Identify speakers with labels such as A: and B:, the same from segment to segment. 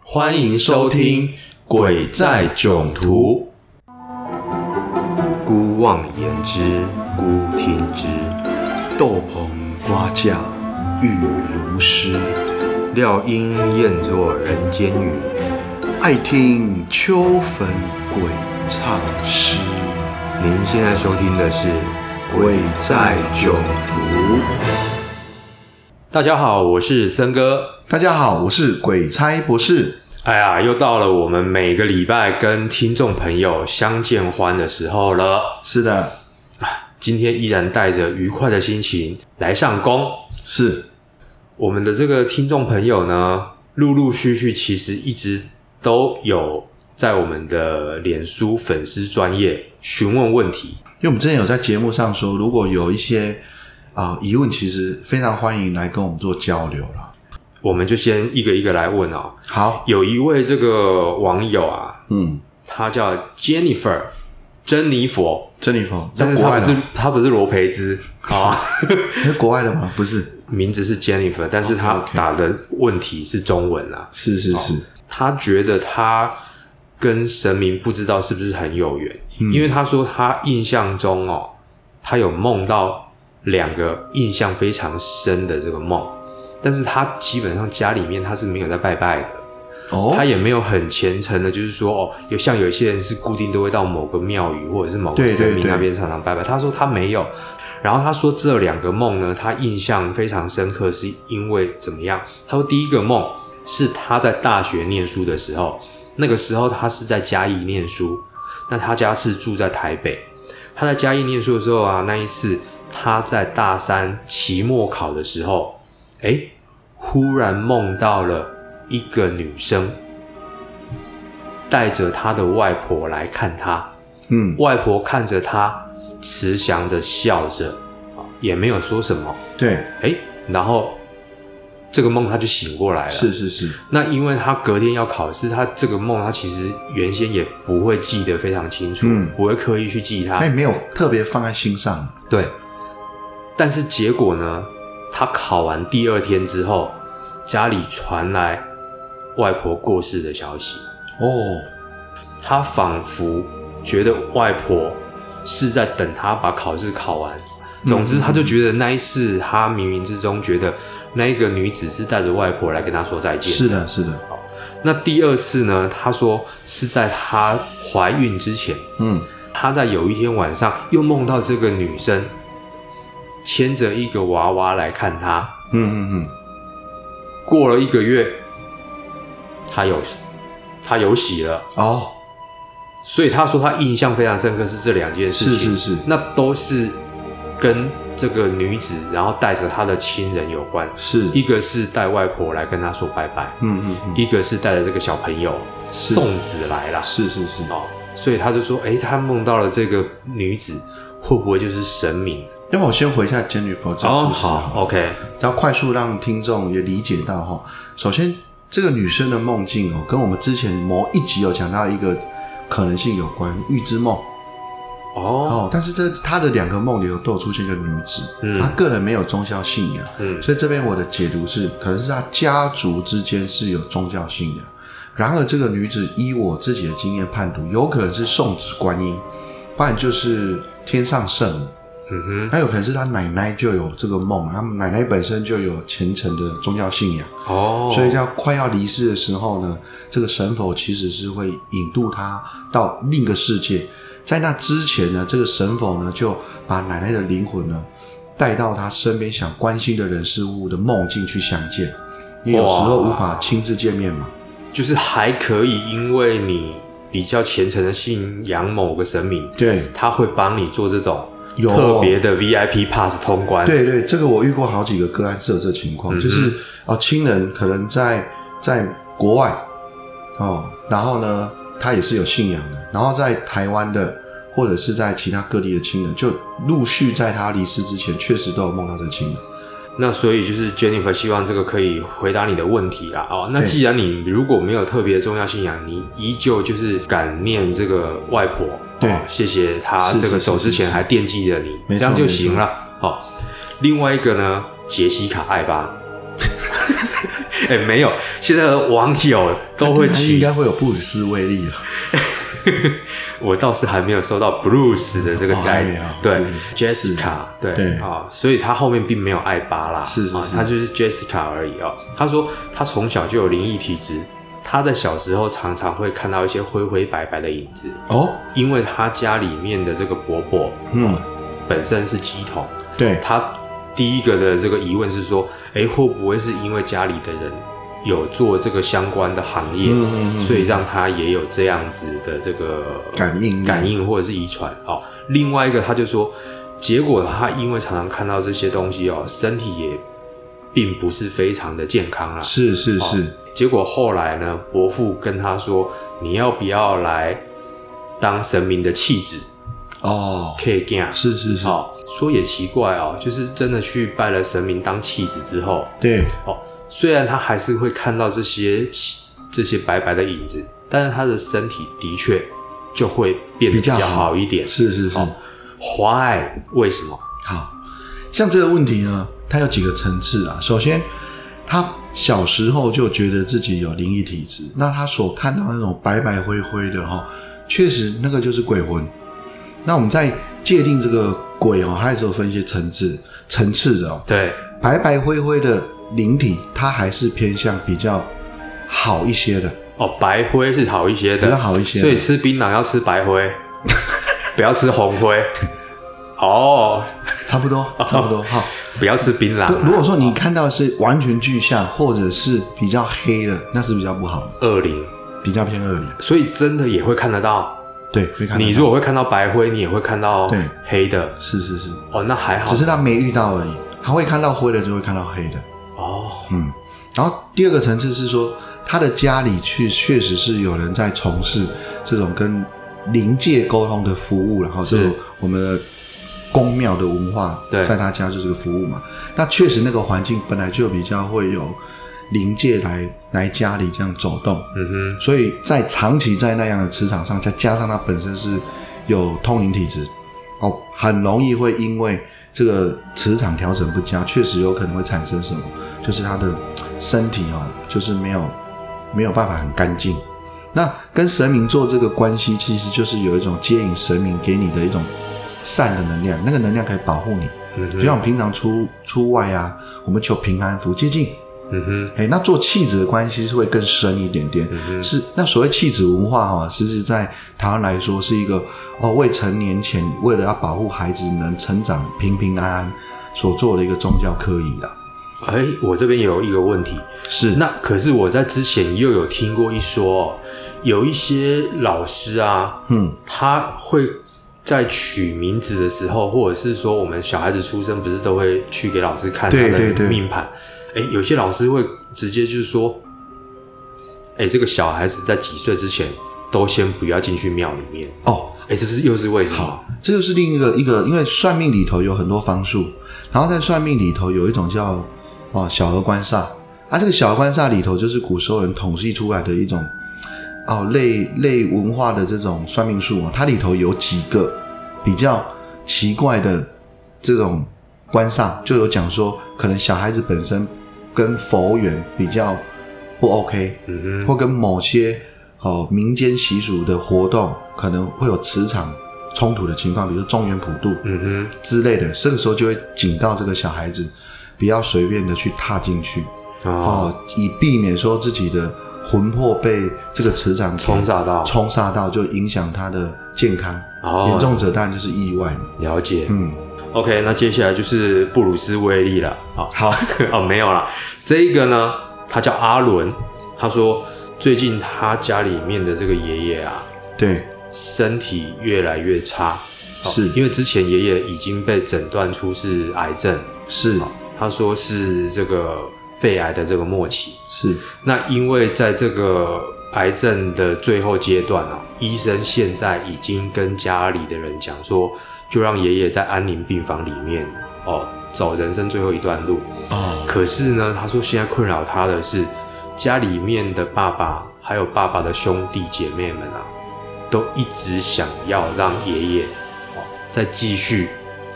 A: 欢迎收听《鬼在囧途》。
B: 姑妄言之，姑听之。
C: 豆棚瓜架雨如诗，
B: 料应厌作人间语。
C: 爱听秋坟鬼唱诗。
B: 您现在收听的是《
C: 鬼在囧途》。
A: 大家好，我是森哥。
C: 大家好，我是鬼差博士。
A: 哎呀，又到了我们每个礼拜跟听众朋友相见欢的时候了。
C: 是的，
A: 今天依然带着愉快的心情来上工。
C: 是
A: 我们的这个听众朋友呢，陆陆续续其实一直都有在我们的脸书粉丝专业询问问题。
C: 因为我们之前有在节目上说，如果有一些啊、疑问，其实非常欢迎来跟我们做交流了。
A: 我们就先一个一个来问哦。
C: 好，
A: 有一位这个网友啊，
C: 嗯，
A: 他叫 Jennifer 珍妮佛，
C: 珍妮佛，
A: 但
C: 在
A: 是
C: 国
A: 他不
C: 外的
A: 是
C: 吗，
A: 他不是罗培 兹啊，
C: 你是国外的吗？不是，
A: 名字是 Jennifer，但是他
C: OK，OK
A: 打的问题是中文啊。
C: 是是是，
A: 他觉得他跟神明不知道是不是很有缘，因为他说他印象中哦，他有梦到两个印象非常深的这个梦，但是他基本上家里面他是没有在拜拜的。
C: 哦，
A: 他也没有很虔诚的，就是说哦，有像有一些人是固定都会到某个庙宇或者是某个
C: 对对
A: 神明
C: 对
A: 那边常常拜拜。他说他没有，然后他说这两个梦呢，他印象非常深刻，是因为怎么样？他说第一个梦是他在大学念书的时候，那个时候他是在嘉义念书，那他家是住在台北。他在嘉义念书的时候啊，那一次他在大三期末考的时候，哎，忽然梦到了一个女生，带着她的外婆来看他。
C: 嗯，
A: 外婆看着他，慈祥的笑着，啊也没有说什么。
C: 对，
A: 哎，然后这个梦他就醒过来了。
C: 是是是，
A: 那因为他隔天要考试，他这个梦他其实原先也不会记得非常清楚，
C: 嗯哎
A: 不会刻意去记它。
C: 他也没有特别放在心上。
A: 对，但是结果呢？他考完第二天之后，家里传来外婆过世的消息，
C: 哦，
A: 他仿佛觉得外婆是在等他把考试考完。总之，他就觉得那一次，他冥冥之中觉得那一个女子是带着外婆来跟他说再见。
C: 是的，是的，
A: 那第二次呢？他说是在她怀孕之前，
C: 嗯，
A: 他在有一天晚上又梦到这个女生牵着一个娃娃来看他。
C: 嗯嗯嗯，
A: 过了一个月，他有他有喜了，
C: 哦，
A: 所以他说他印象非常深刻是这两件事
C: 是
A: 情，
C: 是是
A: 那都是跟这个女子，然后带着她的亲人有关。
C: 是，
A: 一个是带外婆来跟她说拜拜，
C: 嗯嗯嗯，
A: 一个是带着这个小朋友送子来啦。
C: 是是是，
A: 哦，所以他就说，诶，他梦到了这个女子，会不会就是神明？
C: 要不我先回一下 Jennifer 这个
A: 哦，
C: 故事
A: 好，OK，
C: 要快速让听众也理解到哈。首先，这个女生的梦境哦，跟我们之前某一集有讲到一个可能性有关，预知梦
A: 哦，
C: 哦。但是这她的两个梦里头都有出现一个女子，
A: 嗯
C: 她个人没有宗教信仰，
A: 嗯
C: 所以这边我的解读是，可能是她家族之间是有宗教信仰。然而，这个女子依我自己的经验判读，有可能是送子观音，不然就是天上圣母。
A: 嗯
C: 那有可能是他奶奶就有这个梦，他们奶奶本身就有虔诚的宗教信仰，
A: 哼，哦，
C: 所以在快要离世的时候呢，这个神佛其实是会引渡他到另一个世界。在那之前呢，这个神佛呢就把奶奶的灵魂呢带到他身边想关心的人事物的梦境去相见，因为有时候
A: 哇
C: 无法亲自见面嘛。
A: 就是还可以，因为你比较虔诚的信仰某个神明，
C: 对
A: 他会帮你做这种
C: 有哦
A: 特别的 VIP pass 通关。，
C: 对对，这个我遇过好几个个案是有这情
A: 嗯
C: 况，就是哦，亲人可能在在国外哦，然后呢，他也是有信仰的，然后在台湾的或者是在其他各地的亲人，就陆续在他离世之前，确实都有梦到这亲人。
A: 那所以就是 Jennifer 希望这个可以回答你的问题啦。哦，那
C: 对
A: 既然你如果没有特别重要信仰，你依旧就是感念这个外婆，
C: 对
A: 哦谢谢她
C: 是
A: 这个
C: 是是
A: 走之前
C: 是
A: 还惦记着你，
C: 没错
A: 哦这样就行了。好、另外一个呢，杰西卡艾巴， 哎、没有，现在的网友都会
C: 台语应
A: 取
C: 该，会有布鲁斯威利了。
A: 我倒是还没有收到 Bruce 的这个
C: 哦
A: 概
C: 还没
A: 念
C: 有，
A: 对
C: 是是是
A: ，Jessica，对
C: 对
A: 啊、所以他后面并没有艾巴啦，
C: 是是
A: 啊
C: 是
A: 他就是 Jessica 而已哦。他说他从小就有灵异体质，他在小时候常常会看到一些灰灰白白的影子，
C: 哦，
A: 因为他家里面的这个伯伯
C: 嗯，
A: 本身是鸡桶，
C: 对，
A: 他第一个的这个疑问是说，诶，会不会是因为家里的人有做这个相关的行业，
C: 嗯嗯嗯
A: 所以让他也有这样子的这个
C: 感应
A: 感应或者是遗传哦？另外一个他就说，结果他因为常常看到这些东西哦，身体也并不是非常的健康啦。
C: 是是
A: 哦
C: 是，
A: 结果后来呢，伯父跟他说，你要不要来当神明的弃子
C: 哦，
A: K 干？
C: 是是是，
A: 好、说也奇怪哦，就是真的去拜了神明当弃子之后，
C: 对，
A: 哦，虽然他还是会看到这些气这些白白的影子，但是他的身体的确就会变得比
C: 比
A: 较
C: 较
A: 好一点。
C: 是是是，
A: 哦，why 为什么？
C: 好像这个问题呢，它有几个层次啊。首先，他小时候就觉得自己有灵异体质，那他所看到那种白白灰灰的哈、确实那个就是鬼魂。那我们在界定这个鬼哦，它还是有分一些层次层次的哦。
A: 对，
C: 白白灰灰的灵体，它还是偏向比较好一些的，
A: 哦，白灰是好一些的，
C: 比较好一些的
A: 所以吃槟榔要吃白灰， 不要吃红灰。哦，
C: 差不多，差不多。好，
A: 不要吃槟榔、
C: 如如
A: 啊，
C: 果说你看到的是完全具象，或者是比较黑的，那是比较不好的，
A: 恶灵，
C: 比较偏恶劣。
A: 所以真的也会看得到。
C: 对，会看得到
A: 你如果会看到白灰，你也会看到
C: 对
A: 黑的。
C: 是是是，
A: 哦，那还好。
C: 只是他没遇到而已。他会看到灰的，就会看到黑的。
A: 哦，
C: 嗯，然后第二个层次是说，他的家里去确实是有人在从事这种跟灵界沟通的服务，然后
A: 是
C: 就我们的宫庙的文化，
A: 对
C: 在他家就是个服务嘛。那确实那个环境本来就比较会有灵界来来家里这样走动，
A: 嗯
C: 所以在长期在那样的磁场上，再加上他本身是有通灵体质，哦，很容易会因为这个磁场调整不佳，确实有可能会产生什么，就是他的嘖身体哦，就是没有没有办法很干净。那跟神明做这个关系，其实就是有一种接引神明给你的一种善的能量，那个能量可以保护你。
A: 哼，嗯
C: 就
A: 哼，
C: 像我们平常出出外啊，我们求平安符接近，
A: 嗯哼，
C: 哎，那做气质的关系是会更深一点点，是那所谓气质文化哈、其实在台湾来说是一个哦未成年前为了要保护孩子能成长平平安安所做的一个宗教科仪啦。
A: 哎、我这边有一个问题，
C: 是
A: 那可是我在之前又有听过一说、哦，有一些老师啊，
C: 嗯
A: 他会在取名字的时候，或者是说我们小孩子出生，不是都会去给老师看他
C: 对对
A: 的
C: 对
A: 命盘？哎、有些老师会直接就是说，哎、这个小孩子在几岁之前都先不要进去庙里面。
C: 哦，
A: 哎、这是又是为什么？
C: 这就是另一个一个，因为算命里头有很多方术，然后在算命里头有一种叫哦小儿观煞啊，这个小儿观煞里头就是古时候人统计出来的一种哦类类文化的这种算命术哦，它里头有几个比较奇怪的这种观煞，就有讲说可能小孩子本身跟佛缘比较不 OK，
A: 嗯哼，
C: 或跟某些哦民间习俗的活动可能会有磁场冲突的情况，比如说中原普渡
A: 嗯
C: 之类的，这个时候就会警告这个小孩子不要随便的去踏进去
A: 哼，哦，
C: 哦，以避免说自己的魂魄被这个磁场给
A: 冲煞到，
C: 冲煞到，就影响他的健康。
A: 哦
C: 严重者当然就是意外嘛。
A: 了解。
C: 嗯，
A: OK，那接下来就是布鲁斯威利了。好，
C: 好，
A: 哦，没有啦，这一个呢，他叫阿伦，他说最近他家里面的这个爷爷啊，
C: 对，
A: 身体越来越差，哦
C: 是
A: 因为之前爷爷已经被诊断出是癌症，
C: 是
A: 他说是这个肺癌的这个末期。
C: 是，
A: 那因为在这个癌症的最后阶段啊，医生现在已经跟家里的人讲说，就让爷爷在安宁病房里面哦走人生最后一段路。
C: 哦，
A: 可是呢，他说现在困扰他的是家里面的爸爸还有爸爸的兄弟姐妹们啊，都一直想要让爷爷哦再继续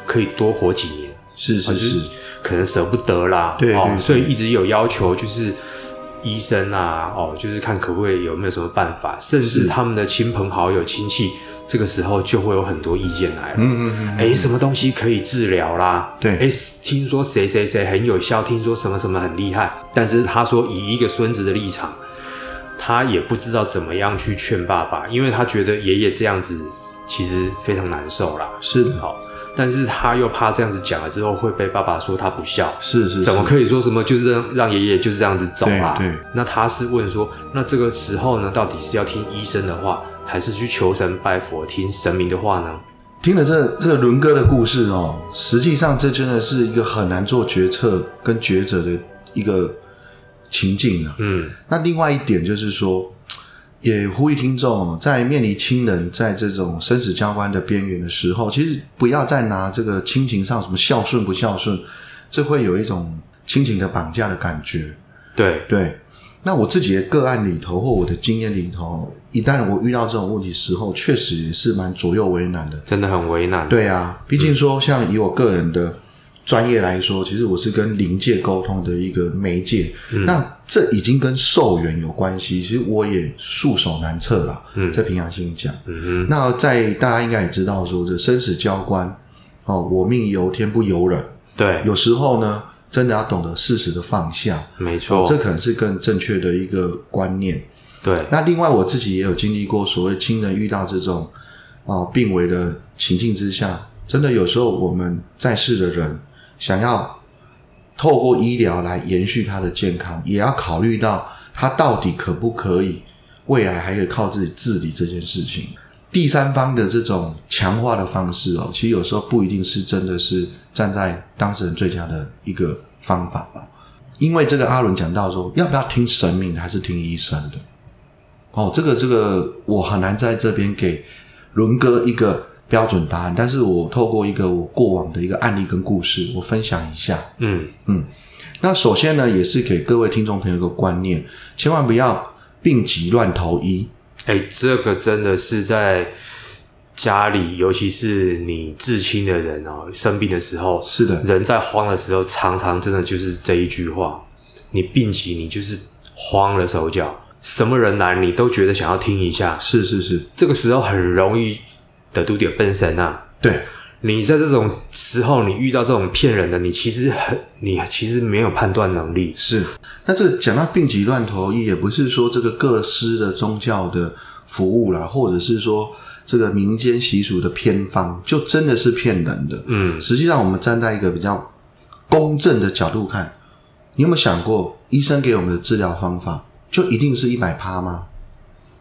A: 可以多活几年。
C: 是是是，
A: 可可能舍不得啦，
C: 对
A: 哦
C: 对，
A: 所以一直有要求，就是医生啊，哦，就是看可不可以有没有什么办法，甚至他们的亲朋好友、亲戚，这个时候就会有很多意见来了。
C: 嗯嗯嗯，
A: 哎，什么东西可以治疗啦？
C: 对
A: 哎，听说谁谁谁很有效，听说什么什么很厉害，但是他说以一个孙子的立场，他也不知道怎么样去劝爸爸，因为他觉得爷爷这样子其实非常难受啦。
C: 是的，
A: 好，但是他又怕这样子讲了之后会被爸爸说他不孝，
C: 是是，
A: 怎么
C: 是
A: 可以说什么就是让让爷爷就是这样子走啊啦？
C: 对对
A: 那他是问说，那这个时候呢，到底是要听医生的话，还是去求神拜佛听神明的话呢？
C: 听了这这个伦哥的故事哦，实际上这真的是一个很难做决策跟抉择的一个情境啊。
A: 嗯
C: 那另外一点就是说，也呼吁听众哦在面临亲人在这种生死交关的边缘的时候，其实不要再拿这个亲情上什么孝顺不孝顺，这会有一种亲情的绑架的感觉。
A: 对，
C: 对，那我自己的个案里头或我的经验里头，一旦我遇到这种问题时候，确实也是蛮左右为难的。
A: 真的很为难。，
C: 对啊，毕竟说像以我个人的专业来说，其实我是跟灵界沟通的一个媒介，
A: 嗯
C: 那这已经跟寿元有关系，其实我也束手难策啦。
A: 嗯
C: 在平常心讲，
A: 嗯
C: 那在大家应该也知道说，这生死交关哦，我命由天不由人，
A: 哼，对，
C: 有时候呢，真的要懂得适时的放下。
A: 没错
C: 哦，，这可能是更正确的一个观念。
A: 对，
C: 那另外我自己也有经历过，所谓亲人遇到这种啊、呃病危的情境之下，真的有时候我们在世的人想要透过医疗来延续他的健康，也要考虑到他到底可不可以未来还可以靠自己治理这件事情。第三方的这种强化的方式哦，其实有时候不一定是真的是站在当事人最佳的一个方法了。因为这个阿伦讲到说，要不要听神明的还是听医生的？哦，这个这个我很难在这边给伦哥一个标准答案，但是我透过一个我过往的一个案例跟故事，我分享一下。
A: 嗯，
C: 那首先呢，也是给各位听众朋友一个观念，千万不要病急乱投医。
A: 哎，这个真的是在家里，尤其是你至亲的人哦，生病的时候，
C: 是的，
A: 人在慌的时候，常常真的就是这一句话：你病急，你就是慌了手脚，什么人来你都觉得想要听一下，
C: 是是是，
A: 这个时候很容易得都点笨神啊。
C: 对，
A: 你在这种时候，你遇到这种骗人的，你其实很，你其实没有判断能力。
C: 是。那这讲到病急乱投医，也不是说这个各师的宗教的服务啦，或者是说这个民间习俗的偏方，就真的是骗人的。
A: 嗯，
C: 实际上，我们站在一个比较公正的角度看，你有没有想过，医生给我们的治疗方法就一定是一百趴吗？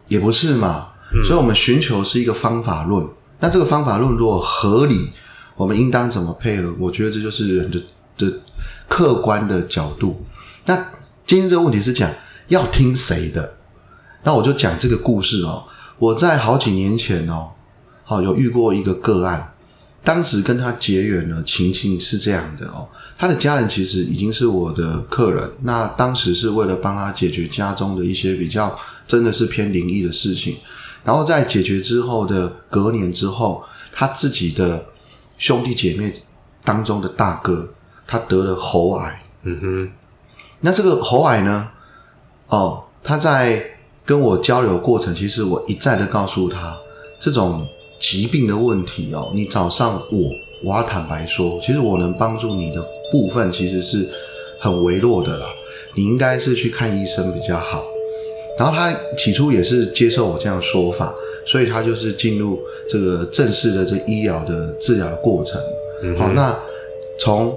C: 也不是嘛。所以，我们寻求是一个方法论。那这个方法论如果合理，我们应当怎么配合？我觉得这就是人的的客观的角度。那今天这个问题是讲要听谁的？那我就讲这个故事哦。我在好几年前哦，好有遇过一个个案，当时跟他结缘呢，情形是这样的哦，他的家人其实已经是我的客人，那当时是为了帮他解决家中的一些比较真的是偏灵异的事情，然后在解决之后的隔年之后，他自己的兄弟姐妹当中的大哥，他得了喉癌，
A: 嗯哼，
C: 那这个喉癌呢，哦，他在跟我交流过程，其实我一再的告诉他，这种疾病的问题哦，你找上我，我要坦白说，其实我能帮助你的部分其实是很微弱的啦，你应该是去看医生比较好。然后他起初也是接受我这样说法，所以他就是进入这个正式的这医疗的治疗的过程。
A: 嗯
C: 好，
A: 哼，
C: 那从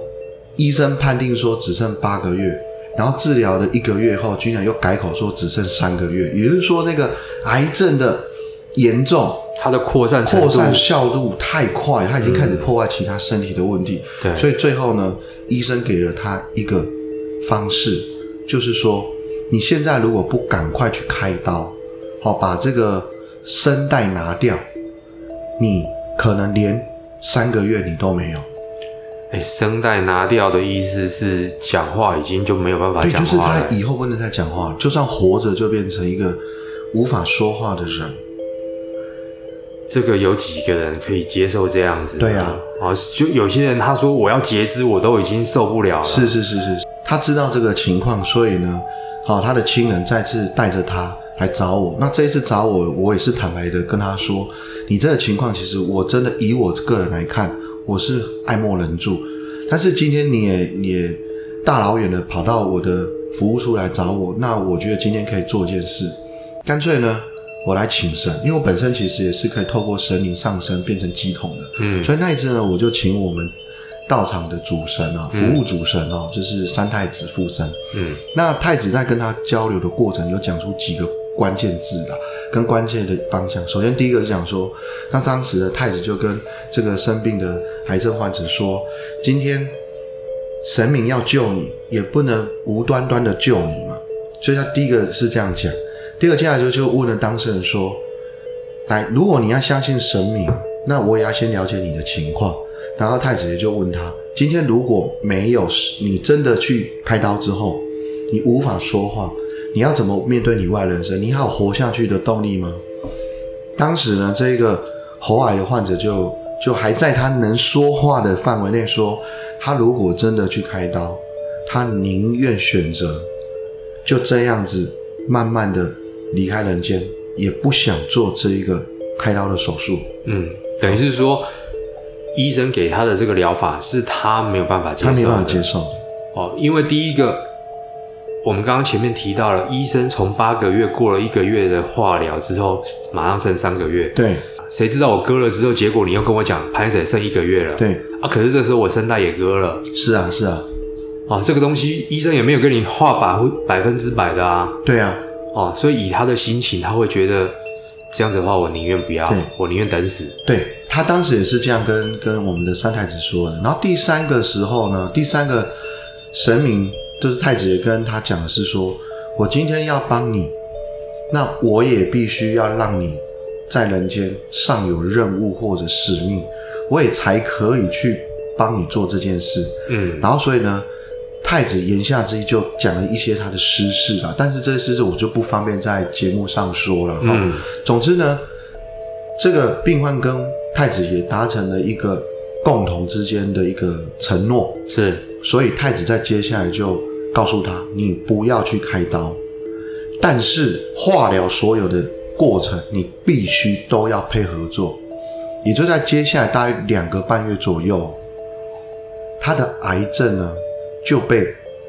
C: 医生判定说只剩八个月，然后治疗了一个月后，居然又改口说只剩三个月，也就是说那个癌症的严重
A: 它的扩散程
C: 扩
A: 度，
C: 散效度太快，它已经开始破坏其他身体的问题，
A: 对，
C: 所
A: 以
C: 以最后呢，医生给了他一个方式，就是说你现在如果不赶快去开刀，好把这个声带拿掉，你可能连三个月你都没有。
A: 哎，声带拿掉的意思是讲话已经就没有办法
C: 对，
A: 讲
C: 就是
A: 话
C: 他
A: 了。
C: 以后不能再讲话，就算活着就变成一个无法说话的人。
A: 这个有几个人可以接受这样子？
C: 对啊，
A: 啊，就有些人他说我要截肢，我都已经受不了了。
C: 是是是是，他知道这个情况，所以呢，好、他的亲人再次带着他来找我。那这一次找我，我也是坦白的跟他说，你这个情况，其实我真的以我个人来看，我是爱莫能助。但是今天你也你也大老远的跑到我的服务处来找我，那我觉得今天可以做一件事，干脆呢，我来请神，因为我本身其实也是可以透过神灵上升变成鸡桶的。
A: 嗯
C: 所以那一次呢，我就请我们道场的主神啊，服务主神哦、就是三太子附身。
A: 嗯
C: 那太子在跟他交流的过程，有讲出几个关键字啊，跟关键的方向。首先第一个是讲说，那当时的太子就跟这个生病的癌症患者说，今天神明要救你，也不能无端端的救你嘛。所以他第一个是这样讲，第二个接下来就就问了当事人说，来，如果你要相信神明，那我也要先了解你的情况。然后太子爷就问他：今天如果没有你真的去开刀之后，你无法说话，你要怎么面对你外人生？你还有活下去的动力吗？当时呢，这个喉癌的患者就就还在他能说话的范围内说，他如果真的去开刀，他宁愿选择就这样子慢慢的离开人间，也不想做这一个开刀的手术。
A: 嗯，等于是说，医生给他的这个疗法是他没有办法接受
C: 他
A: 的，
C: 没办法接受的。
A: 哦，因为第一个，我们刚刚前面提到了，医生从八个月过了一个月的化疗之后，马上剩三个月。
C: 对
A: 谁知道我割了之后，结果你又跟我讲潘水剩一个月了。
C: 对，
A: 啊，可是这时候我声带也割了
C: 是啊是啊，
A: 啊，这个东西医生也没有跟你画百百分之百的啊，
C: 对啊
A: 哦、所以以他的心情，他会觉得这样子的话，我宁愿不要
C: 对，
A: 我宁愿等死。
C: 对，他当时也是这样跟跟我们的三太子说的。然后第三个时候呢，第三个神明就是太子也跟他讲的是说，我今天要帮你，那我也必须要让你在人间上有任务或者使命，我也才可以去帮你做这件事。
A: 嗯
C: 然后所以呢，太子言下之意就讲了一些他的私事啊，但是这些私事我就不方便在节目上说了。
A: 嗯
C: 嗯，总之呢，这个病患跟太子也达成了一个共同之间的一个承诺，
A: 是，
C: 所以太子在接下来就告诉他，你不要去开刀，但是化疗所有的过程你必须都要配合做。也就在接下来大概两个半月左右，他的癌症呢就被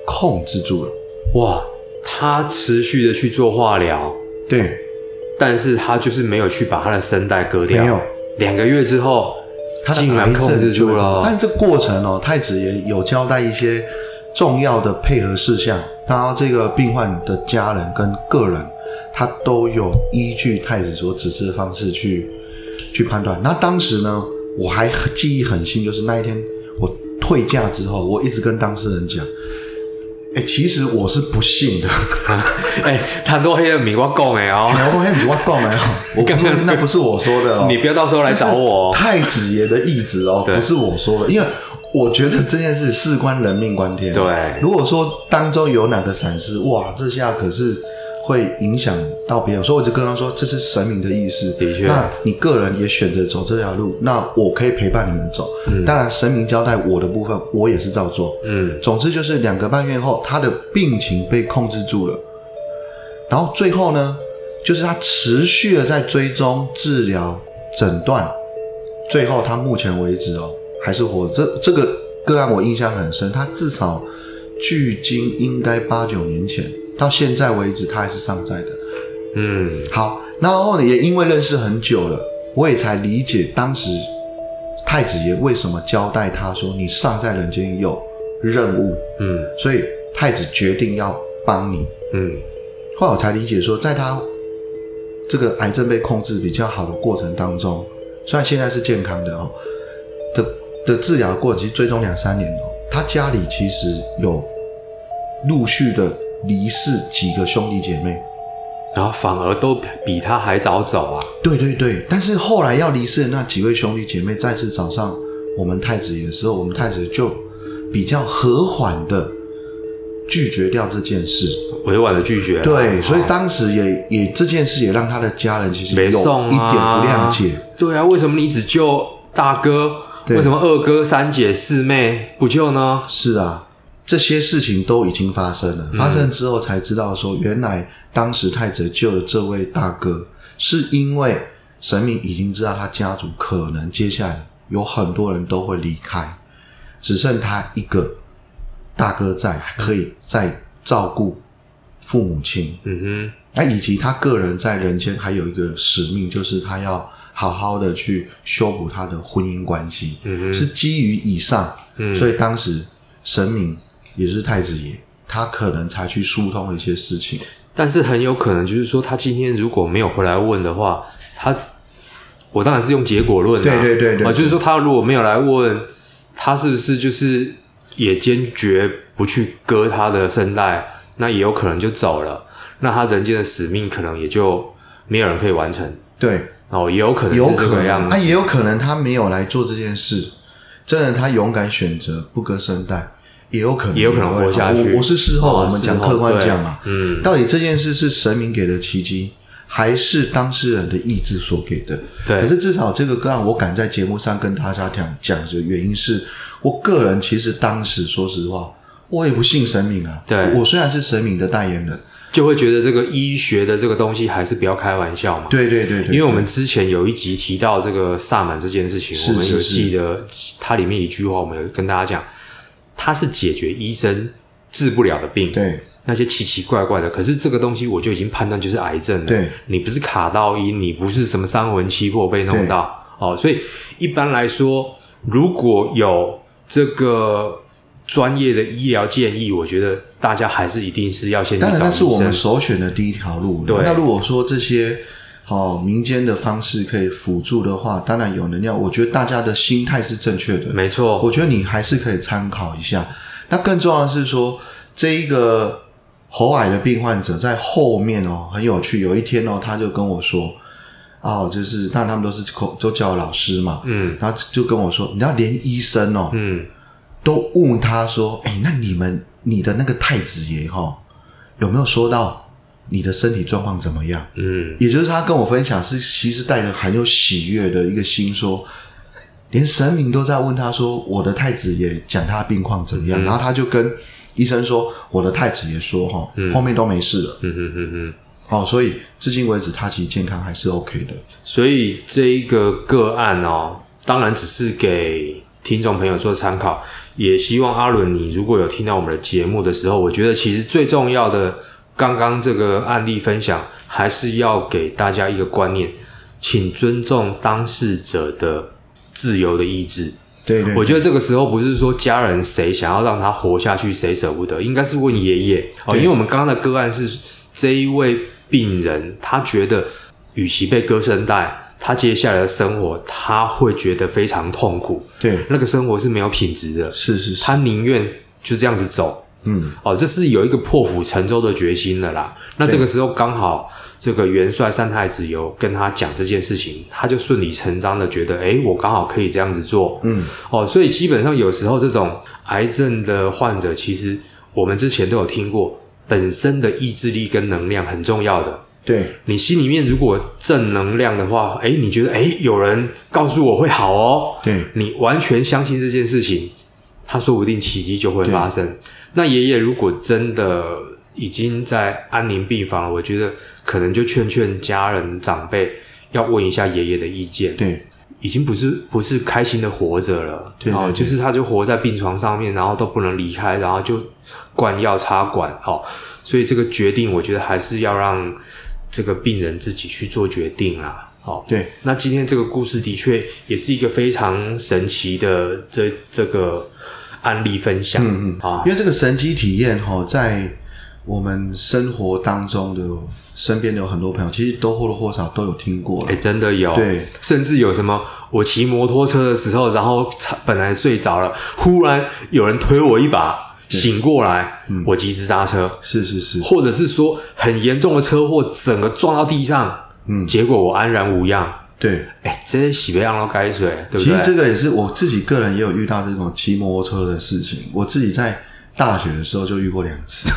C: 控制住了。
A: 哇，他持续的去做化疗，
C: 对，
A: 但是他就是没有去把他的声带割掉。
C: 没有，
A: 两个月之后，
C: 他的
A: 竟
C: 癌
A: 然控
C: 症
A: 制
C: 就
A: 住了。
C: 但这过程哦，太子也有交代一些重要的配合事项，然后这个病患的家人跟个人，他都有依据太子所指示的方式去去判断。那当时呢，我还记忆很新，就是那一天我退假之后，我一直跟当事人讲。 哎、其实我是不 信的，
A: 哎、他都黑了米瓜贡哎哦，
C: 然后还不我讲了，我不是那不是我说的哦，
A: 你不要到时候来找我哦。
C: 太子爷的意志哦，
A: 对
C: 不是我说的，因为我觉得这件事事关人命关天。
A: 对
C: 如果说当中有哪个闪失，哇，这下可是会影响到别人。所以我就跟他说，这是神明的意思。
A: 的确
C: 那你个人也选择走这条路，那我可以陪伴你们走。当然，神明交代我的部分，我也是照做。
A: 嗯，
C: 总之就是两个半月后，他的病情被控制住了。然后最后呢，就是他持续的在追踪、治疗、诊断，最后他目前为止哦还是活着。这这个个案我印象很深，他至少距今应该八九年前，到现在为止他还是尚在的。
A: 嗯，
C: 好，然后呢，也因为认识很久了，我也才理解当时太子爷为什么交代他说你尚在人间有任务，
A: 嗯
C: 所以太子决定要帮你。
A: 嗯
C: 后来我才理解说，在他这个癌症被控制比较好的过程当中，虽然现在是健康的哦，的的治疗过程其实追踪两三年哦，他家里其实有陆续的离世几个兄弟姐妹。
A: 然后反而都比他还早走啊。
C: 对对对，但是后来要离世的那几位兄弟姐妹再次找上我们太子爷的时候，我们太子爷就比较和缓的拒绝掉这件事。
A: 委婉的拒绝了。
C: 对，
A: 哦
C: 所以当时也也这件事也让他的家人其实有
A: 没
C: 一点
A: 送
C: 不
A: 啊
C: 谅解。
A: 对啊，为什么你只救大哥？
C: 对
A: 为什么二哥、三姐、四妹不救呢？
C: 是啊，这些事情都已经发生了，
A: 嗯
C: 发生之后才知道说，原来当时太子救了这位大哥，是因为神明已经知道他家族可能接下来有很多人都会离开，只剩他一个大哥在，还可以再照顾父母亲。
A: 嗯
C: 那哎以及他个人在人间还有一个使命，就是他要好好的去修补他的婚姻关系，
A: 嗯哼
C: 是基于以上，
A: 嗯
C: 所以当时神明也就是太子爷，他可能才去疏通了一些事情。
A: 哼，但是很有可能就是说，他今天如果没有回来问的话，他我当然是用结果论、啊，
C: 对对对对
A: 啊，就是说他如果没有来问，他是不是就是也坚决不去割他的声带，那也有可能就走了，那他人间的使命可能也就没有人可以完成
C: 对，
A: 哦，也有可能
C: 有
A: 是这
C: 可
A: 个样
C: 能，哎
A: 子
C: 那、，也有可能他没有来做这件事，真的他勇敢选择不割声带，也有可能
A: 也有可能活下去
C: 我我是事后、
A: 哦
C: 我们讲
A: 事后
C: 客观
A: 对
C: 讲嘛，
A: 嗯，
C: 到底这件事是神明给的奇迹，还是当事人的意志所给的？
A: 对
C: 可是至少这个个案，我敢在节目上跟大家讲讲的原因是，我个人其实当时说实话，我也不信神明啊。
A: 对
C: 我虽然是神明的代言人，
A: 就会觉得这个医学的这个东西还是不要开玩笑嘛。
C: 对对对对，
A: 因为我们之前有一集提到这个萨满这件事情，
C: 是
A: 我们有
C: 是是
A: 记得它里面一句话，我们有跟大家讲，它是解决医生治不了的病，
C: 对
A: 那些奇奇怪怪的。可是这个东西我就已经判断就是癌症了。
C: 对，
A: 你不是卡到音，你不是什么伤魂七魄被弄到哦。所以一般来说，如果有这个专业的医疗建议，我觉得大家还是一定是要先去
C: 当然
A: 找
C: 那
A: 医
C: 是我
A: 生。
C: 们首选的第一条路。
A: 对
C: 那如果说这些好、哦、民间的方式可以辅助的话，当然有能量，我觉得大家的心态是正确的。
A: 没错，
C: 我觉得你还是可以参考一下。那更重要的是说，这一个喉癌的病患者在后面哦，很有趣。有一天哦，他就跟我说，哦，就是但他们都是口都叫我老师嘛，
A: 嗯
C: 然后就跟我说，你知道连医生哦，
A: 嗯，
C: 都问他说，哎，那你们你的那个太子爷哈、哦，有没有说到你的身体状况怎么样？
A: 嗯，
C: 也就是他跟我分享是，其实带着很有喜悦的一个心说，连神明都在问他说，我的太子也讲他病况怎么
A: 嗯
C: 样，然后他就跟医生说，我的太子也说哈，后面都没事了，
A: 嗯嗯嗯嗯。
C: 哦，所以至今为止他其实健康还是 OK 的，
A: 所以这一个个案哦，当然只是给听众朋友做参考，也希望阿伦你如果有听到我们的节目的时候，我觉得其实最重要的，刚刚这个案例分享还是要给大家一个观念，请尊重当事者的自由的意志。
C: 对对
A: 我觉得这个时候不是说家人谁想要让他活下去，谁舍不得，应该是问爷爷哦，因为我们刚刚的个案是这一位病人，他觉得与其被割声带，他接下来的生活他会觉得非常痛苦，
C: 对，
A: 那个生活是没有品质的，
C: 是是是，
A: 他宁愿就这样子走。
C: 嗯，
A: 哦，这是有一个破釜沉舟的决心了啦。那这个时候刚好这个元帅三太子有跟他讲这件事情，他就顺理成章的觉得，诶，我刚好可以这样子做。嗯，哦，所以基本上有时候这种癌症的患者，其实我们之前都有听过，本身的意志力跟能量很重要的。
C: 对
A: 你心里面如果正能量的话，诶，你觉得诶，有人告诉我会好哦，
C: 对
A: 你完全相信这件事情，他说不定奇迹就会发生。那爷爷如果真的已经在安宁病房了，我觉得可能就劝劝家人长辈要问一下爷爷的意见。，
C: 对
A: 已经不是不是开心的活着了，
C: 对对
A: 哦，
C: 对
A: 就是他就活在病床上面，然后都不能离开，然后就灌药插管哦，所以这个决定我觉得还是要让这个病人自己去做决定啦，哦，
C: 对，
A: 那今天这个故事的确也是一个非常神奇的这这个案例分享，嗯嗯，啊、
C: 因为这个神机体验哈、在我们生活当中的身边的有很多朋友，其实都或多或少都有听过了。
A: 哎、真的有，
C: 对，
A: 甚至有什么，我骑摩托车的时候，然后差本来睡着了，忽然有人推我一把，醒过来，
C: 嗯
A: 我及时刹车，
C: 是是是，
A: 或者是说很严重的车祸，整个撞到地上，嗯，结果我安然无恙，
C: 对，
A: 哎、这些洗被让到该水，对不
C: 其
A: 对？
C: 实这个也是我自己个人也有遇到这种骑摩托车的事情。我自己在大学的时候就遇过两 次。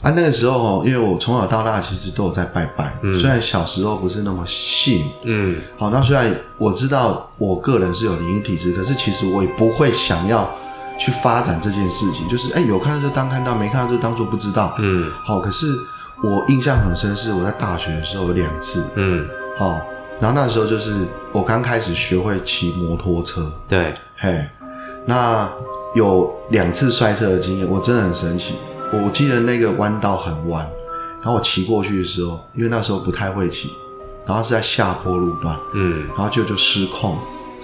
C: 啊，那个时候哦，因为我从小到大其实都有在拜拜，虽然小时候不是那么信。
A: 嗯
C: 好，那虽然我知道我个人是有灵异体质，可是其实我也不会想要去发展这件事情，就是哎、有看到就当看到，没看到就当做不知道。
A: 嗯
C: 好，可是我印象很深，是我在大学的时候有两次，
A: 嗯，
C: 好、哦然后那时候就是我刚开始学会骑摩托车，
A: 对，
C: 嘿，那有两次摔车的经验，我真的很神奇。我记得那个弯道很弯，然后我骑过去的时候，因为那时候不太会骑，然后是在下坡路段，
A: 嗯，
C: 然后就就失控，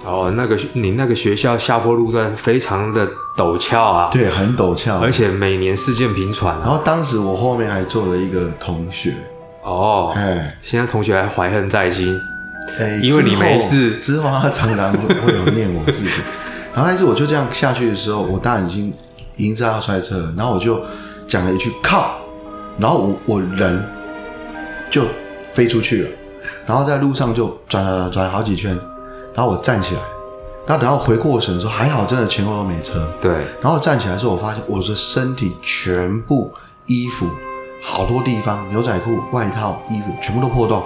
A: 哦，那个你那个学校下坡路段非常的陡峭啊，，
C: 对，很陡峭。
A: 而，且每年事件频传
C: 然
A: 啊，
C: 后当时我后面还坐了一个同学，
A: 哦，
C: 哎，
A: 现在同学还怀恨在心，
C: 哎
A: 因为你没事
C: 之后之后他常常会会有念我 事情。然后那次我就这样下去的时候，我当然已经已经知道要摔车了，然后我就讲了一句“靠”，然后我我人就飞出去了， 然后在路上就转了转了好几圈，然后我站起来，然后等到回过神的时候，还好真的前后都没车，
A: 对，
C: 然后站起来的时候，我发现我的身体全部衣服好多地方，牛仔裤、外套、衣服全部都破洞，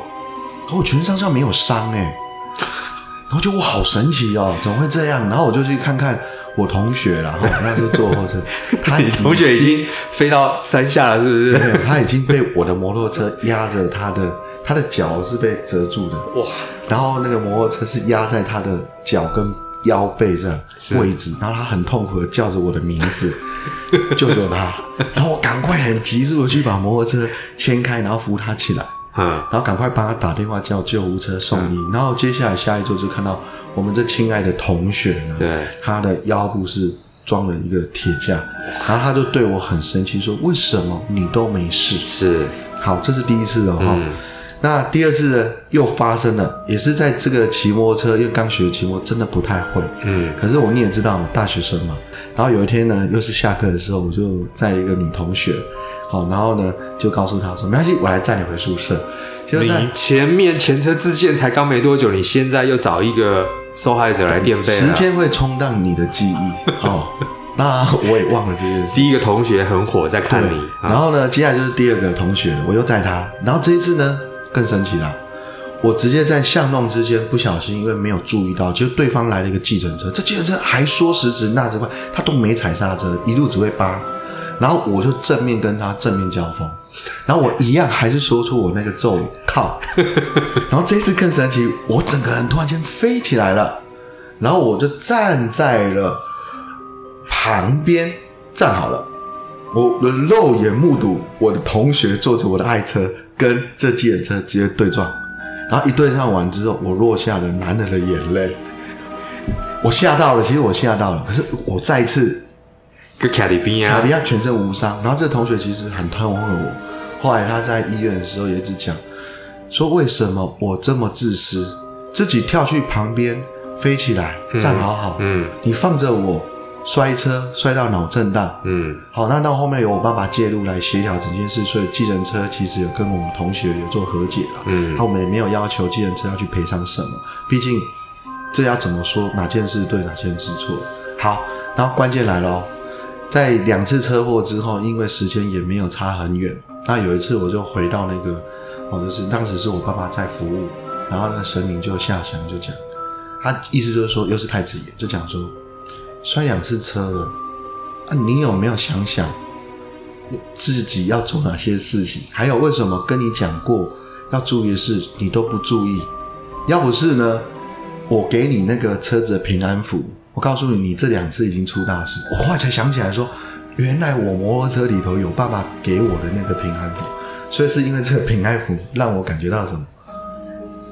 C: 可我全身上下没有伤哎、然后就我好神奇哦，怎么会这样？然后我就去看看我同学啦，哈哦那时候坐火车， 他
A: 你同学已经飞到山下了，是不
C: 没
A: 是？
C: 有他已经被我的摩托车压着他的他的脚是被遮住的，
A: 哇，
C: 然后那个摩托车是压在他的脚跟腰背这样位置，然后他很痛苦的叫着我的名字，救救他！然后我赶快很急速的去把摩托车牵开，然后扶他起来，
A: 嗯，
C: 然后赶快帮他打电话叫救护车送医。然后接下来下一周就看到我们这亲爱的同学呢，
A: 对，
C: 他的腰部是装了一个铁架，然后他就对我很生气说：“为什么你都没事？”
A: 是，哦
C: 好，这是第一次了哈、
A: 嗯
C: 那第二次呢，又发生了，也是在这个骑摩托车，因为刚学骑摩，真的不太会。
A: 嗯
C: 可是我你也知道嘛，大学生嘛。然后有一天呢，又是下课的时候，我就载一个女同学，好，然后呢就告诉她说，没关系，我来载你回宿舍。结果在
A: 你前面前车之鉴才刚没多久，你现在又找一个受害者来垫背
C: 时
A: 了。
C: 间会冲淡你的记忆，哦，那我也忘了这件事。
A: 第一个同学很火，在看你，啊
C: 然后呢，接下来就是第二个同学，我又载他。然后这一次呢，更神奇啦，我直接在巷弄之间不小心，因为没有注意到，就对方来了一个计程车，这计程车还说时迟那时快，他都没踩刹车，一路只会扒。然后我就正面跟他正面交锋，然后我一样还是说出我那个咒语“靠”，然后这一次更神奇，我整个人突然间飞起来了，然后我就站在了旁边站好了，我我肉眼目睹我的同学坐着我的爱车跟这计程车直接对撞，然后一对撞完之后，我落下了男人的眼泪，我吓到了，其实我吓到了，可是我再一次
A: 跟卡里宾
C: 卡
A: 啊
C: 比，亚全身无伤，然后这同学其实很痛恨我，后来他在医院的时候也一直讲，说为什么我这么自私，自己跳去旁边飞起来站好好，
A: 嗯
C: 你放着我摔车摔到脑震荡，
A: 嗯
C: 好，那到后面有我爸爸介入来协调整件事，所以计程车其实有跟我们同学有做和解了。
A: 嗯
C: 那、我们也没有要求计程车要去赔偿什么，毕竟这要怎么说哪件事对哪件事错。好，然后关键来喽，在两次车祸之后，因为时间也没有差很远，那有一次我就回到那个，哦，就是当时是我爸爸在服务，然后那个神明就下降就讲，他意思就是说又是太子爷，就讲说摔两次车了，啊，你有没有想想你自己要做哪些事情？还有为什么跟你讲过要注意的事，你都不注意？要不是呢，我给你那个车子的平安符，我告诉你，你这两次已经出大事。我后来才想起来说，原来我摩托车里头有爸爸给我的那个平安符，所以是因为这个平安符让我感觉到什么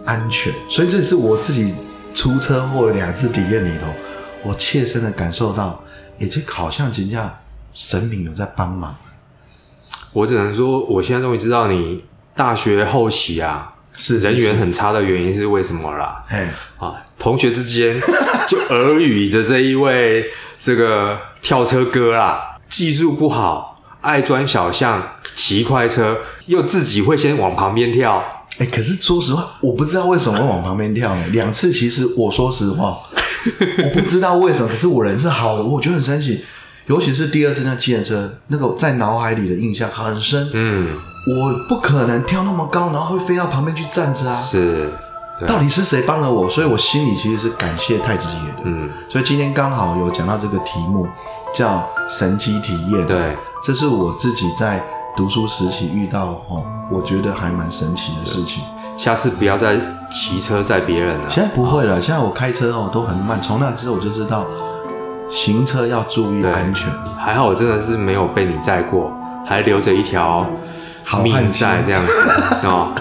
C: 安全，所以这是我自己出车祸两次体验里头，我切身的感受到，也就好像人家神明有在帮忙。
A: 我只能说，我现在终于知道你大学后期啊，
C: 是
A: 人缘，很差的原因是为什么啦？
C: 哎，
A: 啊，同学之间就耳语的这一位这个跳车哥啦，技术不好，爱钻小巷，骑快车，又自己会先往旁边跳，
C: 哎、可是说实话，我不知道为什么会往旁边跳、哎，两次其实我说实话，我不知道为什么，可是我人是好的，我觉得很神奇。尤其是第二次那计程车，那个在脑海里的印象很深。
A: 嗯，
C: 我不可能跳那么高，然后会飞到旁边去站着啊！
A: 是，对
C: 到底是谁帮了我？所以我心里其实是感谢太子爷的。
A: 嗯，
C: 所以今天刚好有讲到这个题目，叫神机体验。
A: 对，
C: 这是我自己在读书时期遇到哦，我觉得还蛮神奇的事情。
A: 下次不要再骑车载别人了。
C: 现在不会了，现在我开车哦都很慢。从那之后我就知道，行车要注意
A: 对
C: 安全。
A: 还好我真的是没有被你载过，还留着一条
C: 好汉
A: 命
C: 心
A: 在这样子哦。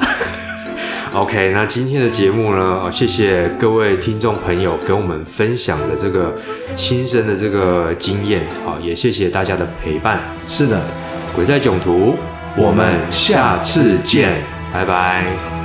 A: OK，那今天的节目呢，呃谢谢各位听众朋友跟我们分享的这个亲身的这个经验，好，也谢谢大家的陪伴。
C: 是的，
A: 鬼在囧途，我们下次见，拜拜。